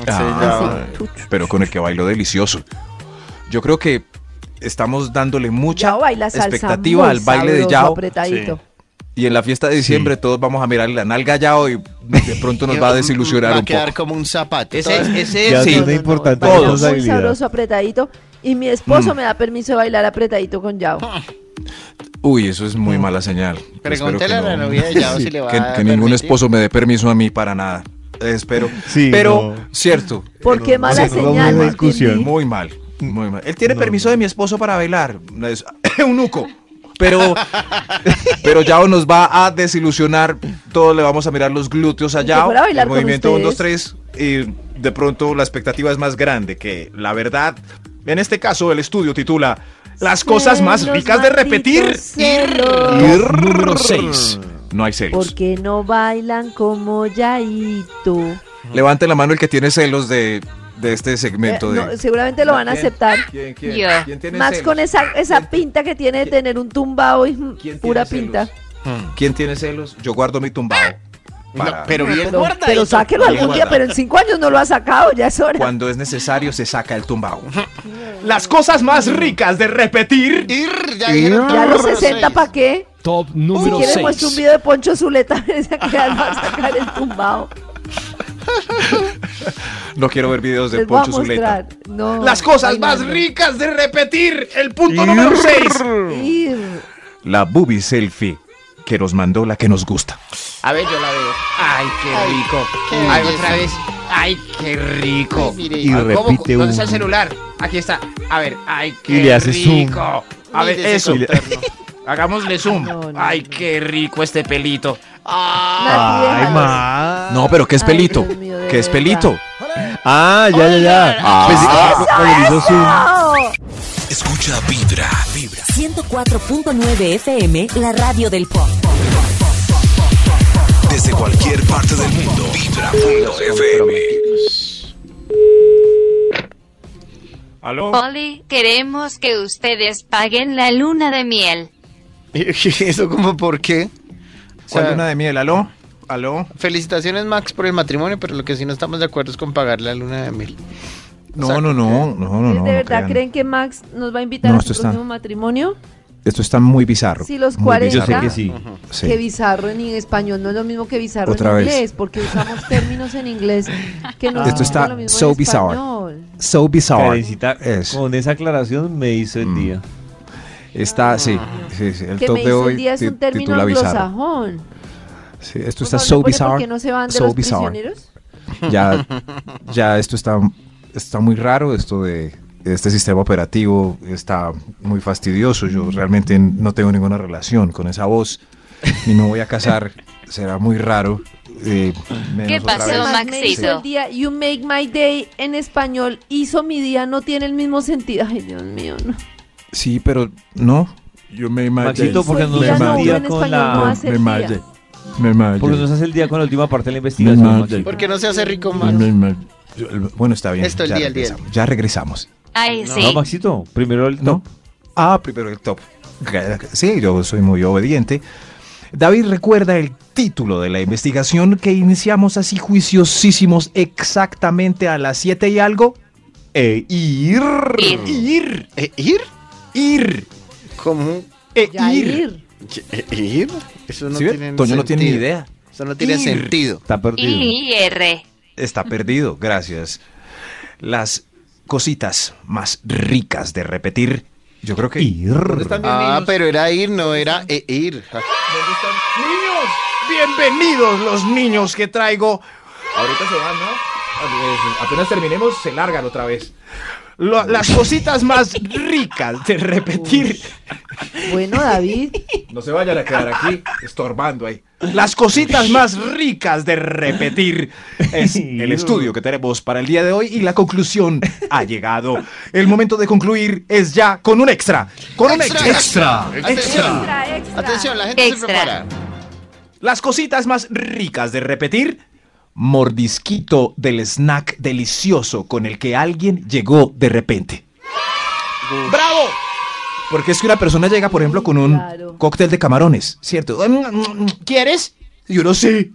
[SPEAKER 2] Ah,
[SPEAKER 5] Sí, chuchu.
[SPEAKER 2] pero con el que bailó delicioso. Yo creo que estamos dándole mucha
[SPEAKER 5] Yao baila salsa.
[SPEAKER 2] expectativa
[SPEAKER 5] muy
[SPEAKER 2] al baile de
[SPEAKER 5] sabroso,
[SPEAKER 2] Yao.
[SPEAKER 5] apretadito.
[SPEAKER 2] Y en la fiesta de diciembre todos vamos a mirar la nalga Yao y de pronto nos va a desilusionar
[SPEAKER 7] Va
[SPEAKER 2] un
[SPEAKER 7] a quedar
[SPEAKER 2] poco.
[SPEAKER 7] como un zapato.
[SPEAKER 8] Ese, ese
[SPEAKER 4] Ya
[SPEAKER 8] sí.
[SPEAKER 4] tiene importante
[SPEAKER 5] baila
[SPEAKER 2] todos.
[SPEAKER 5] Muy
[SPEAKER 4] responsabilidad.
[SPEAKER 5] sabroso, apretadito. Y mi esposo
[SPEAKER 2] Mm.
[SPEAKER 5] me da permiso de bailar apretadito con Yao.
[SPEAKER 2] Uy, eso es muy mala señal.
[SPEAKER 7] Mm. Pregúntele
[SPEAKER 2] Espero
[SPEAKER 7] a
[SPEAKER 2] que
[SPEAKER 7] la
[SPEAKER 2] no-
[SPEAKER 7] novia de Yao si le va
[SPEAKER 2] que,
[SPEAKER 7] a
[SPEAKER 2] que ningún
[SPEAKER 7] permitir.
[SPEAKER 2] esposo me dé permiso a mí para nada. Espero.
[SPEAKER 4] Sí,
[SPEAKER 2] Pero,
[SPEAKER 4] no.
[SPEAKER 2] cierto.
[SPEAKER 5] ¿Por qué mala
[SPEAKER 4] no, no, no,
[SPEAKER 5] señal?
[SPEAKER 4] no,
[SPEAKER 5] no
[SPEAKER 4] discusión.
[SPEAKER 5] entendí?
[SPEAKER 2] Muy mal, muy mal. Él tiene permiso de mi esposo para bailar. Es eunuco. Pero, pero Yao nos va a desilusionar. Todos le vamos a mirar los glúteos a
[SPEAKER 5] Si
[SPEAKER 2] Yao.
[SPEAKER 5] fuera a bailar
[SPEAKER 2] el
[SPEAKER 5] con
[SPEAKER 2] movimiento 1, 2,
[SPEAKER 5] ustedes.
[SPEAKER 2] 3. Y de pronto la expectativa es más grande que la verdad. En este caso, el estudio titula Las cosas más
[SPEAKER 5] Celos,
[SPEAKER 2] ricas de repetir.
[SPEAKER 5] malditos celos.
[SPEAKER 10] Top número 6.
[SPEAKER 2] No hay celos.
[SPEAKER 5] ¿Por qué no bailan como Yaito?
[SPEAKER 2] Levante la mano el que tiene celos de, de este
[SPEAKER 5] Eh,
[SPEAKER 2] segmento. de...
[SPEAKER 5] no, seguramente lo van a
[SPEAKER 2] ¿Quién?
[SPEAKER 5] aceptar.
[SPEAKER 2] ¿Quién,
[SPEAKER 6] Yo.
[SPEAKER 2] tiene
[SPEAKER 5] Max
[SPEAKER 2] celos?
[SPEAKER 5] con esa, esa
[SPEAKER 2] ¿Quién-
[SPEAKER 5] pinta que tiene de tener un tumbao y mm,
[SPEAKER 2] ¿Quién tiene
[SPEAKER 5] pura
[SPEAKER 2] celos?
[SPEAKER 5] pinta.
[SPEAKER 2] ¿Quién tiene celos? Yo guardo mi tumbao.
[SPEAKER 7] No,
[SPEAKER 2] Para-
[SPEAKER 7] pero bien
[SPEAKER 5] Pero,
[SPEAKER 7] guardadito.
[SPEAKER 5] pero sáquelo
[SPEAKER 2] Bien
[SPEAKER 5] algún día,
[SPEAKER 2] guardado.
[SPEAKER 5] pero en cinco años no lo ha sacado, ya es hora.
[SPEAKER 2] Cuando es necesario se saca el tumbao.
[SPEAKER 8] Las cosas más ricas de repetir.
[SPEAKER 7] Ir, ya dijeron
[SPEAKER 5] Ya a los
[SPEAKER 7] todos
[SPEAKER 5] 60,
[SPEAKER 7] seis.
[SPEAKER 5] ¿para qué?
[SPEAKER 10] Top
[SPEAKER 5] Si
[SPEAKER 10] número
[SPEAKER 5] quiere muestra un
[SPEAKER 10] 6.
[SPEAKER 5] video de Poncho Zuleta, esa que ya va a sacar el tumbao.
[SPEAKER 2] No quiero ver videos de
[SPEAKER 5] Les voy a
[SPEAKER 2] Poncho
[SPEAKER 5] mostrar.
[SPEAKER 2] Zuleta.
[SPEAKER 5] No,
[SPEAKER 8] Las cosas
[SPEAKER 5] ay,
[SPEAKER 8] más
[SPEAKER 5] no, no.
[SPEAKER 8] ricas de repetir. El punto número 6.
[SPEAKER 5] Ir.
[SPEAKER 2] La booby selfie que nos mandó la que nos gusta.
[SPEAKER 8] A ver, yo la veo. Ay, qué
[SPEAKER 7] Ay,
[SPEAKER 8] rico.
[SPEAKER 7] qué
[SPEAKER 8] Ay,
[SPEAKER 7] belleza.
[SPEAKER 8] otra vez. Ay, qué rico.
[SPEAKER 7] Ay, mire.
[SPEAKER 4] Y
[SPEAKER 8] Ah,
[SPEAKER 4] repite
[SPEAKER 8] ¿Dónde está el
[SPEAKER 4] uno.
[SPEAKER 8] celular? Aquí está. A ver, ay, qué
[SPEAKER 4] Y le hace zoom.
[SPEAKER 8] rico. A ver,
[SPEAKER 7] Mire ese
[SPEAKER 8] eso.
[SPEAKER 7] contorno.
[SPEAKER 8] Hagámosle zoom.
[SPEAKER 5] No, no,
[SPEAKER 8] ay,
[SPEAKER 5] no.
[SPEAKER 8] qué rico este pelito. Ah,
[SPEAKER 5] Nati, déjalos.
[SPEAKER 4] más.
[SPEAKER 2] No, pero ¿qué es
[SPEAKER 5] Ay,
[SPEAKER 2] pelito?
[SPEAKER 5] Dios mío, de
[SPEAKER 2] ¿Qué es
[SPEAKER 5] verdad.
[SPEAKER 2] pelito?
[SPEAKER 4] Ah, ya, ya, Pues ya.
[SPEAKER 2] Ah.
[SPEAKER 4] Pensé que- cuando le hizo zoom.
[SPEAKER 5] ¡No!
[SPEAKER 10] Escucha Vibra. Vibra.
[SPEAKER 3] 104.9 FM, la radio del pop.
[SPEAKER 10] Desde cualquier parte del mundo. Vibra.fm.
[SPEAKER 6] Poli, queremos que ustedes paguen la luna de miel.
[SPEAKER 7] ¿Eso como por qué? O sea,
[SPEAKER 2] ¿Cuál luna de miel? ¿Aló? ¿Aló?
[SPEAKER 7] Felicitaciones, Max, por el matrimonio, pero lo que sí no estamos de acuerdo es con pagar la luna de mil.
[SPEAKER 2] No,
[SPEAKER 7] sea,
[SPEAKER 2] no, no, no, no,
[SPEAKER 5] ¿De
[SPEAKER 2] no, no
[SPEAKER 5] verdad
[SPEAKER 2] crean.
[SPEAKER 5] creen que Max nos va a invitar
[SPEAKER 2] No,
[SPEAKER 5] a su
[SPEAKER 2] esto está-
[SPEAKER 5] próximo matrimonio?
[SPEAKER 2] Esto está muy bizarro.
[SPEAKER 5] Sí, los
[SPEAKER 2] muy
[SPEAKER 5] 40.
[SPEAKER 4] Yo sé
[SPEAKER 2] bizarro.
[SPEAKER 4] que sí.
[SPEAKER 2] Sí.
[SPEAKER 5] Que bizarro en español no es lo mismo que bizarro
[SPEAKER 2] Otra
[SPEAKER 5] en
[SPEAKER 2] vez.
[SPEAKER 5] inglés, porque usamos términos en inglés que no
[SPEAKER 2] Esto
[SPEAKER 5] significan
[SPEAKER 2] está
[SPEAKER 5] lo mismo en
[SPEAKER 2] so bizarre.
[SPEAKER 5] español.
[SPEAKER 2] So bizarre.
[SPEAKER 4] Karencita,
[SPEAKER 2] Es.
[SPEAKER 4] con esa aclaración me hizo el día.
[SPEAKER 2] Está, sí, sí, sí, El
[SPEAKER 5] Que
[SPEAKER 2] top
[SPEAKER 5] me
[SPEAKER 2] de
[SPEAKER 5] hizo
[SPEAKER 2] hoy
[SPEAKER 5] el día es
[SPEAKER 2] ti-
[SPEAKER 5] un término
[SPEAKER 2] titula bizarro.
[SPEAKER 5] anglosajón.
[SPEAKER 2] Sí, esto
[SPEAKER 5] Por
[SPEAKER 2] está
[SPEAKER 5] favor,
[SPEAKER 2] so
[SPEAKER 5] ¿me pone ¿Por
[SPEAKER 2] bizarre.
[SPEAKER 5] qué no se van de
[SPEAKER 2] so
[SPEAKER 5] los
[SPEAKER 2] bizarre.
[SPEAKER 5] prisioneros?
[SPEAKER 2] ya, ya esto está, está muy raro, esto de este sistema operativo está muy fastidioso. Yo realmente no tengo ninguna relación con esa voz y me voy a casar. Será muy raro. eh, menos
[SPEAKER 6] ¿Qué
[SPEAKER 2] otra
[SPEAKER 6] pasó,
[SPEAKER 2] vez.
[SPEAKER 5] Además, me
[SPEAKER 6] Maxito.
[SPEAKER 5] hizo el día, you make my day en español, hizo mi día, no tiene el mismo sentido. Ay, Dios mío, no.
[SPEAKER 2] Sí, pero no. Yo me
[SPEAKER 4] Maxito, porque
[SPEAKER 5] Hizo
[SPEAKER 4] no
[SPEAKER 5] el
[SPEAKER 4] nos
[SPEAKER 5] día,
[SPEAKER 2] hace
[SPEAKER 4] hace
[SPEAKER 5] Pues
[SPEAKER 4] el
[SPEAKER 5] no, uno
[SPEAKER 4] día
[SPEAKER 5] en
[SPEAKER 4] con
[SPEAKER 5] español no
[SPEAKER 4] la.
[SPEAKER 5] hace el día.
[SPEAKER 4] Porque nos hace el día con la última parte de la investigación. Maxito.
[SPEAKER 7] Porque no se hace rico,
[SPEAKER 2] Mm.
[SPEAKER 7] Max.
[SPEAKER 2] Bueno, está bien.
[SPEAKER 7] Esto, el
[SPEAKER 2] ya
[SPEAKER 7] día, el día.
[SPEAKER 2] regresamos. Ya regresamos.
[SPEAKER 6] Ay, sí.
[SPEAKER 4] No, Maxito, primero el
[SPEAKER 2] No.
[SPEAKER 4] top.
[SPEAKER 2] Ah, primero el top. Sí, yo soy muy obediente. David recuerda el título de la investigación que iniciamos así juiciosísimos exactamente a las 7 y algo. E ir.
[SPEAKER 7] Ir. Ir. Eh, ir.
[SPEAKER 2] Ir.
[SPEAKER 7] ¿Cómo?
[SPEAKER 2] E ir.
[SPEAKER 5] Yair.
[SPEAKER 7] Eh, Ir. Eso no
[SPEAKER 2] ¿Sí ve?
[SPEAKER 7] tiene
[SPEAKER 2] Toño no tiene ni
[SPEAKER 7] sentido.
[SPEAKER 2] idea.
[SPEAKER 7] Eso no tiene
[SPEAKER 2] Ir.
[SPEAKER 7] sentido.
[SPEAKER 4] Está perdido.
[SPEAKER 6] IR.
[SPEAKER 2] Está perdido, gracias. Las cositas más ricas de repetir. Yo creo que.
[SPEAKER 4] Ir.
[SPEAKER 2] ¿Dónde están?
[SPEAKER 7] Ah, pero era ir, no era eh, ir.
[SPEAKER 2] ¡Niños! ¡Bienvenidos los niños que traigo!
[SPEAKER 8] Ahorita se van, ¿no? Apenas terminemos, se largan otra vez.
[SPEAKER 2] Lo- las cositas más ricas de repetir.
[SPEAKER 5] Bueno, David,
[SPEAKER 8] No se vayan a quedar aquí estorbando ahí.
[SPEAKER 2] Las cositas más ricas de repetir es el estudio que tenemos para el día de hoy y la conclusión ha llegado. El momento de concluir es ya con un extra. Con un extra.
[SPEAKER 7] Atención.
[SPEAKER 5] Extra, extra.
[SPEAKER 7] Atención, la gente se
[SPEAKER 6] Extra.
[SPEAKER 7] prepara.
[SPEAKER 2] Las cositas más ricas de repetir. Mordisquito del snack delicioso con el que alguien llegó de repente. ¡Bravo! Porque es que una persona llega, por ejemplo, con un
[SPEAKER 5] Claro.
[SPEAKER 2] cóctel de camarones, ¿cierto? Mm, ¿Quieres? Y uno sí.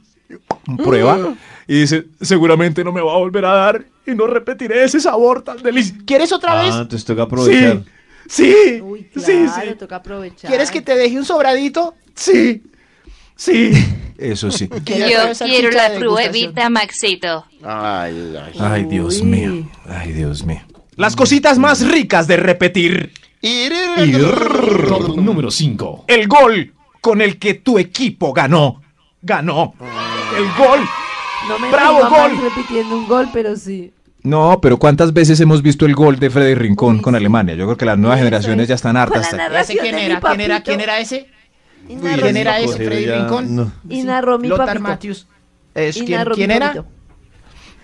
[SPEAKER 2] Prueba.
[SPEAKER 4] Mm.
[SPEAKER 2] Y dice, seguramente no me va a volver a dar y no repetiré ese sabor tan delicioso. ¿Quieres otra
[SPEAKER 4] Ah,
[SPEAKER 2] vez?
[SPEAKER 4] entonces toca aprovechar.
[SPEAKER 2] Sí. Sí.
[SPEAKER 5] uy, claro,
[SPEAKER 2] sí, sí.
[SPEAKER 5] toca aprovechar.
[SPEAKER 8] ¿Quieres que te deje un sobradito?
[SPEAKER 2] Sí. Sí. Eso sí.
[SPEAKER 6] Yo
[SPEAKER 8] Esa
[SPEAKER 6] quiero
[SPEAKER 8] chicha
[SPEAKER 6] la
[SPEAKER 8] de
[SPEAKER 6] pruebita, Maxito.
[SPEAKER 7] Ay, ay.
[SPEAKER 2] Ay, Dios
[SPEAKER 5] Uy.
[SPEAKER 2] mío. Ay, Dios mío. Las cositas más ricas de repetir.
[SPEAKER 7] Ir.
[SPEAKER 11] Número 5.
[SPEAKER 2] El gol con el que tu equipo ganó. Ganó. El gol.
[SPEAKER 5] No me
[SPEAKER 2] ¡Bravo,
[SPEAKER 5] imagino a
[SPEAKER 2] gol!
[SPEAKER 5] Max repitiendo un gol, pero sí.
[SPEAKER 2] No, pero ¿cuántas veces hemos visto el gol de Freddy Rincón con Alemania? Yo creo que las nuevas
[SPEAKER 5] Sí,
[SPEAKER 2] generaciones
[SPEAKER 5] sí.
[SPEAKER 2] ya están hartas.
[SPEAKER 5] Con la
[SPEAKER 8] ¿Ese
[SPEAKER 5] narración
[SPEAKER 8] quién
[SPEAKER 5] de
[SPEAKER 8] era?
[SPEAKER 5] mi
[SPEAKER 8] ¿Quién era?
[SPEAKER 5] papito.
[SPEAKER 8] ¿Quién era ese?
[SPEAKER 5] Y
[SPEAKER 4] Uy,
[SPEAKER 5] narró
[SPEAKER 8] ¿Quién
[SPEAKER 5] mi
[SPEAKER 8] era
[SPEAKER 5] papito.
[SPEAKER 8] ese?
[SPEAKER 4] cogieron
[SPEAKER 8] Freddy
[SPEAKER 4] ya-
[SPEAKER 8] Rincón.
[SPEAKER 4] no.
[SPEAKER 5] Y narró mi
[SPEAKER 8] Lothar
[SPEAKER 5] papito.
[SPEAKER 8] Matthews. Es,
[SPEAKER 5] Y
[SPEAKER 8] ¿quién,
[SPEAKER 5] narró
[SPEAKER 8] quién
[SPEAKER 5] mi
[SPEAKER 8] era?
[SPEAKER 5] papito.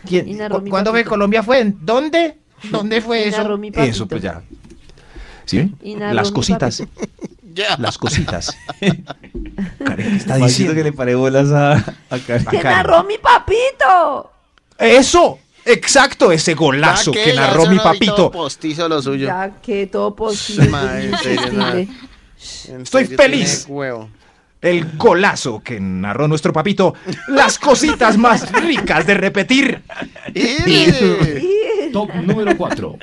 [SPEAKER 8] ¿Quién-
[SPEAKER 5] Y narró
[SPEAKER 8] cu-
[SPEAKER 5] mi
[SPEAKER 8] ¿Cuándo fue
[SPEAKER 5] papito.
[SPEAKER 8] Colombia? ¿Fue? ¿En ¿Dónde? ¿Dónde fue
[SPEAKER 5] Y
[SPEAKER 8] eso?
[SPEAKER 5] narró mi papito.
[SPEAKER 2] Eso, pues ya. ¿Sí? ven?
[SPEAKER 5] Y narró
[SPEAKER 2] Las
[SPEAKER 5] mi
[SPEAKER 2] cositas.
[SPEAKER 7] Ya.
[SPEAKER 2] Las cositas. Karen, ¿qué está
[SPEAKER 4] Maxito
[SPEAKER 2] diciendo?
[SPEAKER 4] que le paré bolas a, a Karen.
[SPEAKER 5] ¡Que
[SPEAKER 2] Bacán.
[SPEAKER 5] narró mi papito!
[SPEAKER 2] Eso. Exacto, ese golazo
[SPEAKER 7] Ya
[SPEAKER 2] que
[SPEAKER 7] ya
[SPEAKER 2] narró
[SPEAKER 7] eso
[SPEAKER 2] mi
[SPEAKER 7] no vi todo
[SPEAKER 2] papito.
[SPEAKER 7] postizo lo suyo.
[SPEAKER 5] Ya que todo posible.
[SPEAKER 7] Ma, en serio,
[SPEAKER 5] irresistible.
[SPEAKER 7] En
[SPEAKER 2] Estoy
[SPEAKER 7] serio, tiene
[SPEAKER 2] feliz.
[SPEAKER 7] huevo.
[SPEAKER 2] El golazo que narró nuestro papito. Las cositas más ricas de repetir.
[SPEAKER 7] Ir.
[SPEAKER 11] Top número 4.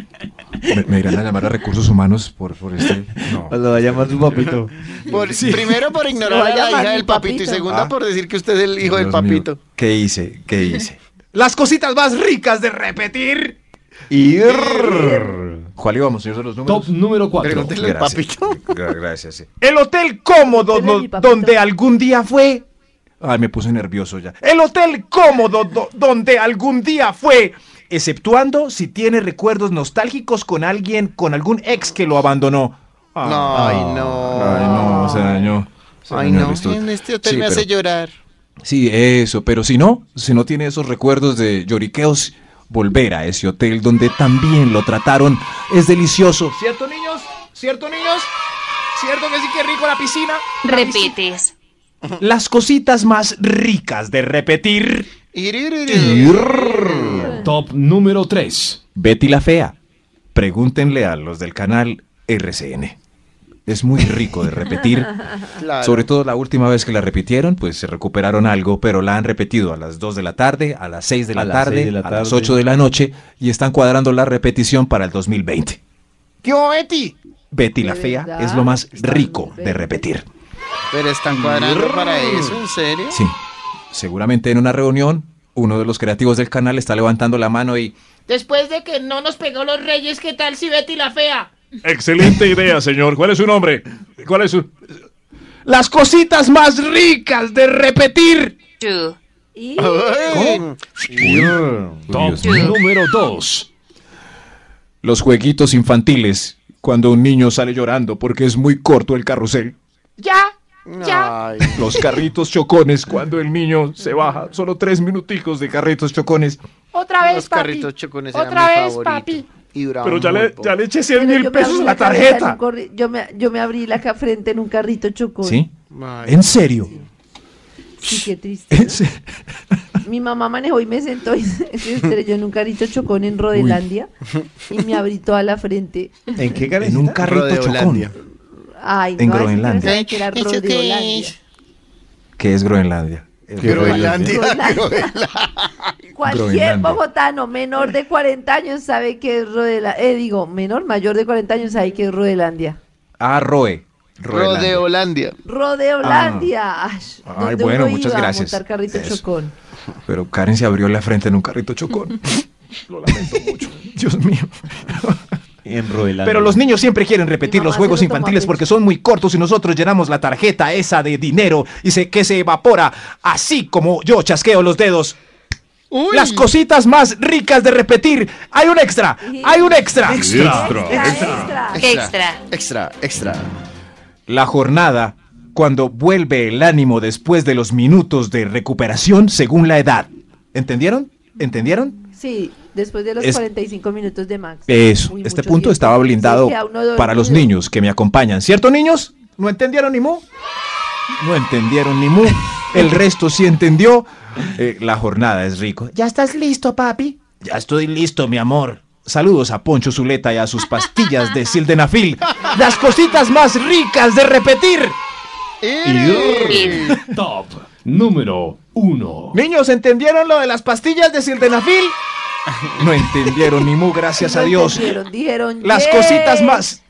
[SPEAKER 2] Me, me irán a llamar a recursos humanos por, por este. No.
[SPEAKER 4] Lo va a llamar su papito.
[SPEAKER 7] Por- Primero por ignorar
[SPEAKER 5] Se va a
[SPEAKER 7] a la
[SPEAKER 5] llamar
[SPEAKER 7] hija
[SPEAKER 5] mi
[SPEAKER 7] del papito y
[SPEAKER 5] papito.
[SPEAKER 7] segunda
[SPEAKER 2] Ah.
[SPEAKER 7] por decir que usted es el hijo del
[SPEAKER 2] Dios mío,
[SPEAKER 7] papito.
[SPEAKER 2] ¿Qué hice? ¿Qué hice? Las cositas más ricas de repetir.
[SPEAKER 4] Ir.
[SPEAKER 2] ¿Cuál íbamos, señor de los números?
[SPEAKER 11] Top número 4.
[SPEAKER 7] Pregúntele al
[SPEAKER 2] Gracias.
[SPEAKER 7] papito.
[SPEAKER 2] Gra- Gracias, sí. El hotel cómodo
[SPEAKER 5] Pregúntele a
[SPEAKER 2] do-
[SPEAKER 5] mi papito.
[SPEAKER 2] donde algún día fue. Ay, me puse nervioso ya. El hotel cómodo do- donde algún día fue. Exceptuando si tiene recuerdos nostálgicos con alguien, con algún ex que lo abandonó. Ah,
[SPEAKER 7] No, ay, no.
[SPEAKER 2] Ay, no, se dañó. Se
[SPEAKER 7] Ay,
[SPEAKER 2] dañó el
[SPEAKER 7] no.
[SPEAKER 2] estudio.
[SPEAKER 7] En este hotel
[SPEAKER 2] Sí,
[SPEAKER 7] me
[SPEAKER 2] pero-
[SPEAKER 7] hace llorar.
[SPEAKER 2] Sí, eso, pero si no, si no tiene esos recuerdos de lloriqueos, volver a ese hotel donde también lo trataron es delicioso.
[SPEAKER 8] ¿Cierto, niños? ¿Cierto, niños? ¿Cierto que sí que rico la piscina?
[SPEAKER 6] Repites.
[SPEAKER 2] Las cositas más ricas de repetir.
[SPEAKER 7] Ir, ir, ir,
[SPEAKER 11] Top número 3.
[SPEAKER 2] Betty la Fea. Pregúntenle a los del canal RCN. Es muy rico de repetir.
[SPEAKER 7] Claro.
[SPEAKER 2] Sobre todo la última vez que la repitieron, pues se recuperaron algo, pero la han repetido a las 2 de la tarde, a las 6 de la,
[SPEAKER 4] A las
[SPEAKER 2] tarde,
[SPEAKER 4] 6 de la
[SPEAKER 2] a las
[SPEAKER 4] tarde.
[SPEAKER 2] 8 de la noche y están cuadrando la repetición para el 2020.
[SPEAKER 8] ¿Qué hubo, Betty?
[SPEAKER 2] Betty
[SPEAKER 5] ¿De
[SPEAKER 2] la Fea
[SPEAKER 5] verdad?
[SPEAKER 2] es lo más
[SPEAKER 5] Está
[SPEAKER 2] rico
[SPEAKER 5] muy
[SPEAKER 2] de
[SPEAKER 5] bello.
[SPEAKER 2] repetir.
[SPEAKER 7] Pero están cuadrando para eso, ¿en serio?
[SPEAKER 2] Sí. Seguramente en una reunión, uno de los creativos del canal está levantando la mano y.
[SPEAKER 8] Después de que no nos pegó los reyes, ¿qué tal si Betty la fea?
[SPEAKER 11] Excelente idea, señor. ¿Cuál es su nombre? ¿Cuál es su...?
[SPEAKER 2] ¡Las cositas más ricas de repetir!
[SPEAKER 6] Chu.
[SPEAKER 5] Y
[SPEAKER 7] ¿Cómo?
[SPEAKER 11] Top
[SPEAKER 2] Dios mío.
[SPEAKER 11] número 2.
[SPEAKER 2] Los jueguitos infantiles, cuando un niño sale llorando porque es muy corto el carrusel.
[SPEAKER 8] Ya,
[SPEAKER 7] Ay,
[SPEAKER 2] Los carritos chocones, cuando el niño se baja. Solo tres minuticos de carritos chocones.
[SPEAKER 8] otra vez,
[SPEAKER 7] los
[SPEAKER 8] papi.
[SPEAKER 7] carritos chocones eran
[SPEAKER 8] Otra
[SPEAKER 7] mi
[SPEAKER 8] vez,
[SPEAKER 7] favorito.
[SPEAKER 8] papi.
[SPEAKER 7] Y duraban
[SPEAKER 11] Pero ya
[SPEAKER 7] muy
[SPEAKER 11] le,
[SPEAKER 7] poco.
[SPEAKER 11] ya le eché 100
[SPEAKER 5] Pero
[SPEAKER 11] mil
[SPEAKER 5] yo me abrí
[SPEAKER 11] pesos a la
[SPEAKER 5] cabeza en un
[SPEAKER 11] tarjeta.
[SPEAKER 5] corri- Yo me, yo me abrí la ca- frente en un carrito chocón.
[SPEAKER 2] ¿Sí?
[SPEAKER 7] Ay,
[SPEAKER 2] ¿En serio?
[SPEAKER 5] Sí, qué triste.
[SPEAKER 2] ¿En serio?
[SPEAKER 5] mi mamá manejó y me sentó y se se estrelló en un carrito chocón en Rodelandia y me abrí toda la frente.
[SPEAKER 4] ¿En qué
[SPEAKER 2] En un carrito
[SPEAKER 7] Rodeolandia.
[SPEAKER 2] chocón.
[SPEAKER 5] Ay,
[SPEAKER 2] En
[SPEAKER 5] no, así que no
[SPEAKER 2] Groenlandia.
[SPEAKER 5] sabía que era
[SPEAKER 7] ¿Eso qué
[SPEAKER 5] Rodeolandia.
[SPEAKER 7] es?
[SPEAKER 2] ¿Qué es Groenlandia?
[SPEAKER 7] Groenlandia.
[SPEAKER 5] Cualquier
[SPEAKER 2] Groenlandia.
[SPEAKER 5] bogotano menor de 40 años sabe que es Rodelandia. Eh, digo, menor, mayor de 40 años sabe que es Rodelandia.
[SPEAKER 2] Ah, Roe. Rodelandia.
[SPEAKER 7] Rodeolandia.
[SPEAKER 5] Rodeolandia. Ay,
[SPEAKER 2] Ah. Ay,
[SPEAKER 5] donde
[SPEAKER 2] bueno,
[SPEAKER 5] uno
[SPEAKER 2] muchas
[SPEAKER 5] iba a
[SPEAKER 2] gracias.
[SPEAKER 5] montar carrito
[SPEAKER 2] Eso.
[SPEAKER 5] chocón.
[SPEAKER 2] Pero Karen se abrió la frente en un carrito chocón. Lo lamento mucho. Dios mío.
[SPEAKER 4] En Rodelandia.
[SPEAKER 2] Pero los niños siempre quieren repetir
[SPEAKER 5] Mi mamá
[SPEAKER 2] los
[SPEAKER 5] se
[SPEAKER 2] juegos
[SPEAKER 5] lo toma
[SPEAKER 2] infantiles
[SPEAKER 5] mucho.
[SPEAKER 2] porque son muy cortos y nosotros llenamos la tarjeta esa de dinero y se, que se evapora, así como yo chasqueo los dedos.
[SPEAKER 7] Uy.
[SPEAKER 2] Las cositas más ricas de repetir. Hay un extra, hay un extra.
[SPEAKER 5] Extra, extra.
[SPEAKER 6] ¿Qué extra?
[SPEAKER 7] Extra, extra.
[SPEAKER 2] La jornada, cuando vuelve el ánimo después de los minutos de recuperación según la edad. ¿Entendieron? ¿Entendieron?
[SPEAKER 5] Sí, después de los
[SPEAKER 2] Es-
[SPEAKER 5] 45 minutos de Max.
[SPEAKER 2] Eso,
[SPEAKER 5] Uy,
[SPEAKER 2] este
[SPEAKER 5] mucho
[SPEAKER 2] punto
[SPEAKER 5] tiempo.
[SPEAKER 2] estaba blindado
[SPEAKER 5] Se queda uno
[SPEAKER 2] para los
[SPEAKER 5] dormido.
[SPEAKER 2] niños que me acompañan. ¿Cierto, niños? ¿No entendieron ni mu? No entendieron ni mu. El resto sí entendió. Eh, la jornada es rico. ¿Ya estás listo, papi? Ya estoy listo, mi amor. Saludos a Poncho Zuleta y a sus pastillas de sildenafil. Las cositas más ricas de repetir.
[SPEAKER 11] Top número uno.
[SPEAKER 2] Niños, ¿entendieron lo de las pastillas de sildenafil? No entendieron ni mu, gracias a
[SPEAKER 5] No
[SPEAKER 2] Dios.
[SPEAKER 5] entendieron, dijeron,
[SPEAKER 2] Las
[SPEAKER 5] "Yes".
[SPEAKER 2] cositas más.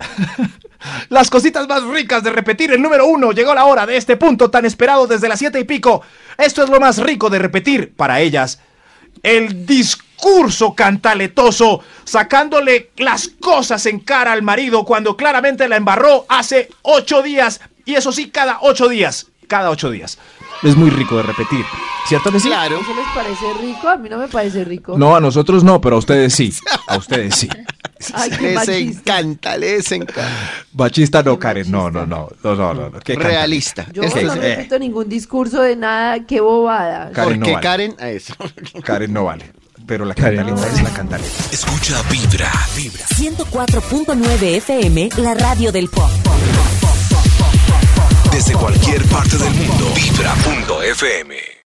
[SPEAKER 2] Las cositas más ricas de repetir el número uno. Llegó la hora de este punto tan esperado desde las siete y pico. Esto es lo más rico de repetir para ellas. El discurso cantaletoso, sacándole las cosas en cara al marido cuando claramente la embarró hace ocho días. Y eso sí, cada ocho días. Cada ocho días. Es muy rico de repetir. ¿Cierto que sí?
[SPEAKER 7] Claro.
[SPEAKER 5] ¿Eso les parece rico? A mí no me parece rico.
[SPEAKER 2] No, a nosotros no, pero a ustedes sí. A ustedes sí.
[SPEAKER 5] Ay, qué
[SPEAKER 7] Les
[SPEAKER 5] machista.
[SPEAKER 7] encanta, les encanta.
[SPEAKER 2] Machista no, Karen. No, no, no. No, no, no. no. ¿Qué canta?
[SPEAKER 7] Realista.
[SPEAKER 5] Yo
[SPEAKER 7] Esto
[SPEAKER 5] no
[SPEAKER 7] es-
[SPEAKER 2] eh.
[SPEAKER 5] repito ningún discurso de nada, qué bobada.
[SPEAKER 2] Karen no
[SPEAKER 7] porque
[SPEAKER 2] vale.
[SPEAKER 7] Karen, a eso.
[SPEAKER 2] Karen no vale. Pero la cantaleta es la cantaleta.
[SPEAKER 10] Escucha Vibra. Vibra.
[SPEAKER 3] 104.9 FM, la radio del pop.
[SPEAKER 10] Desde cualquier parte del mundo. Vibra.fm.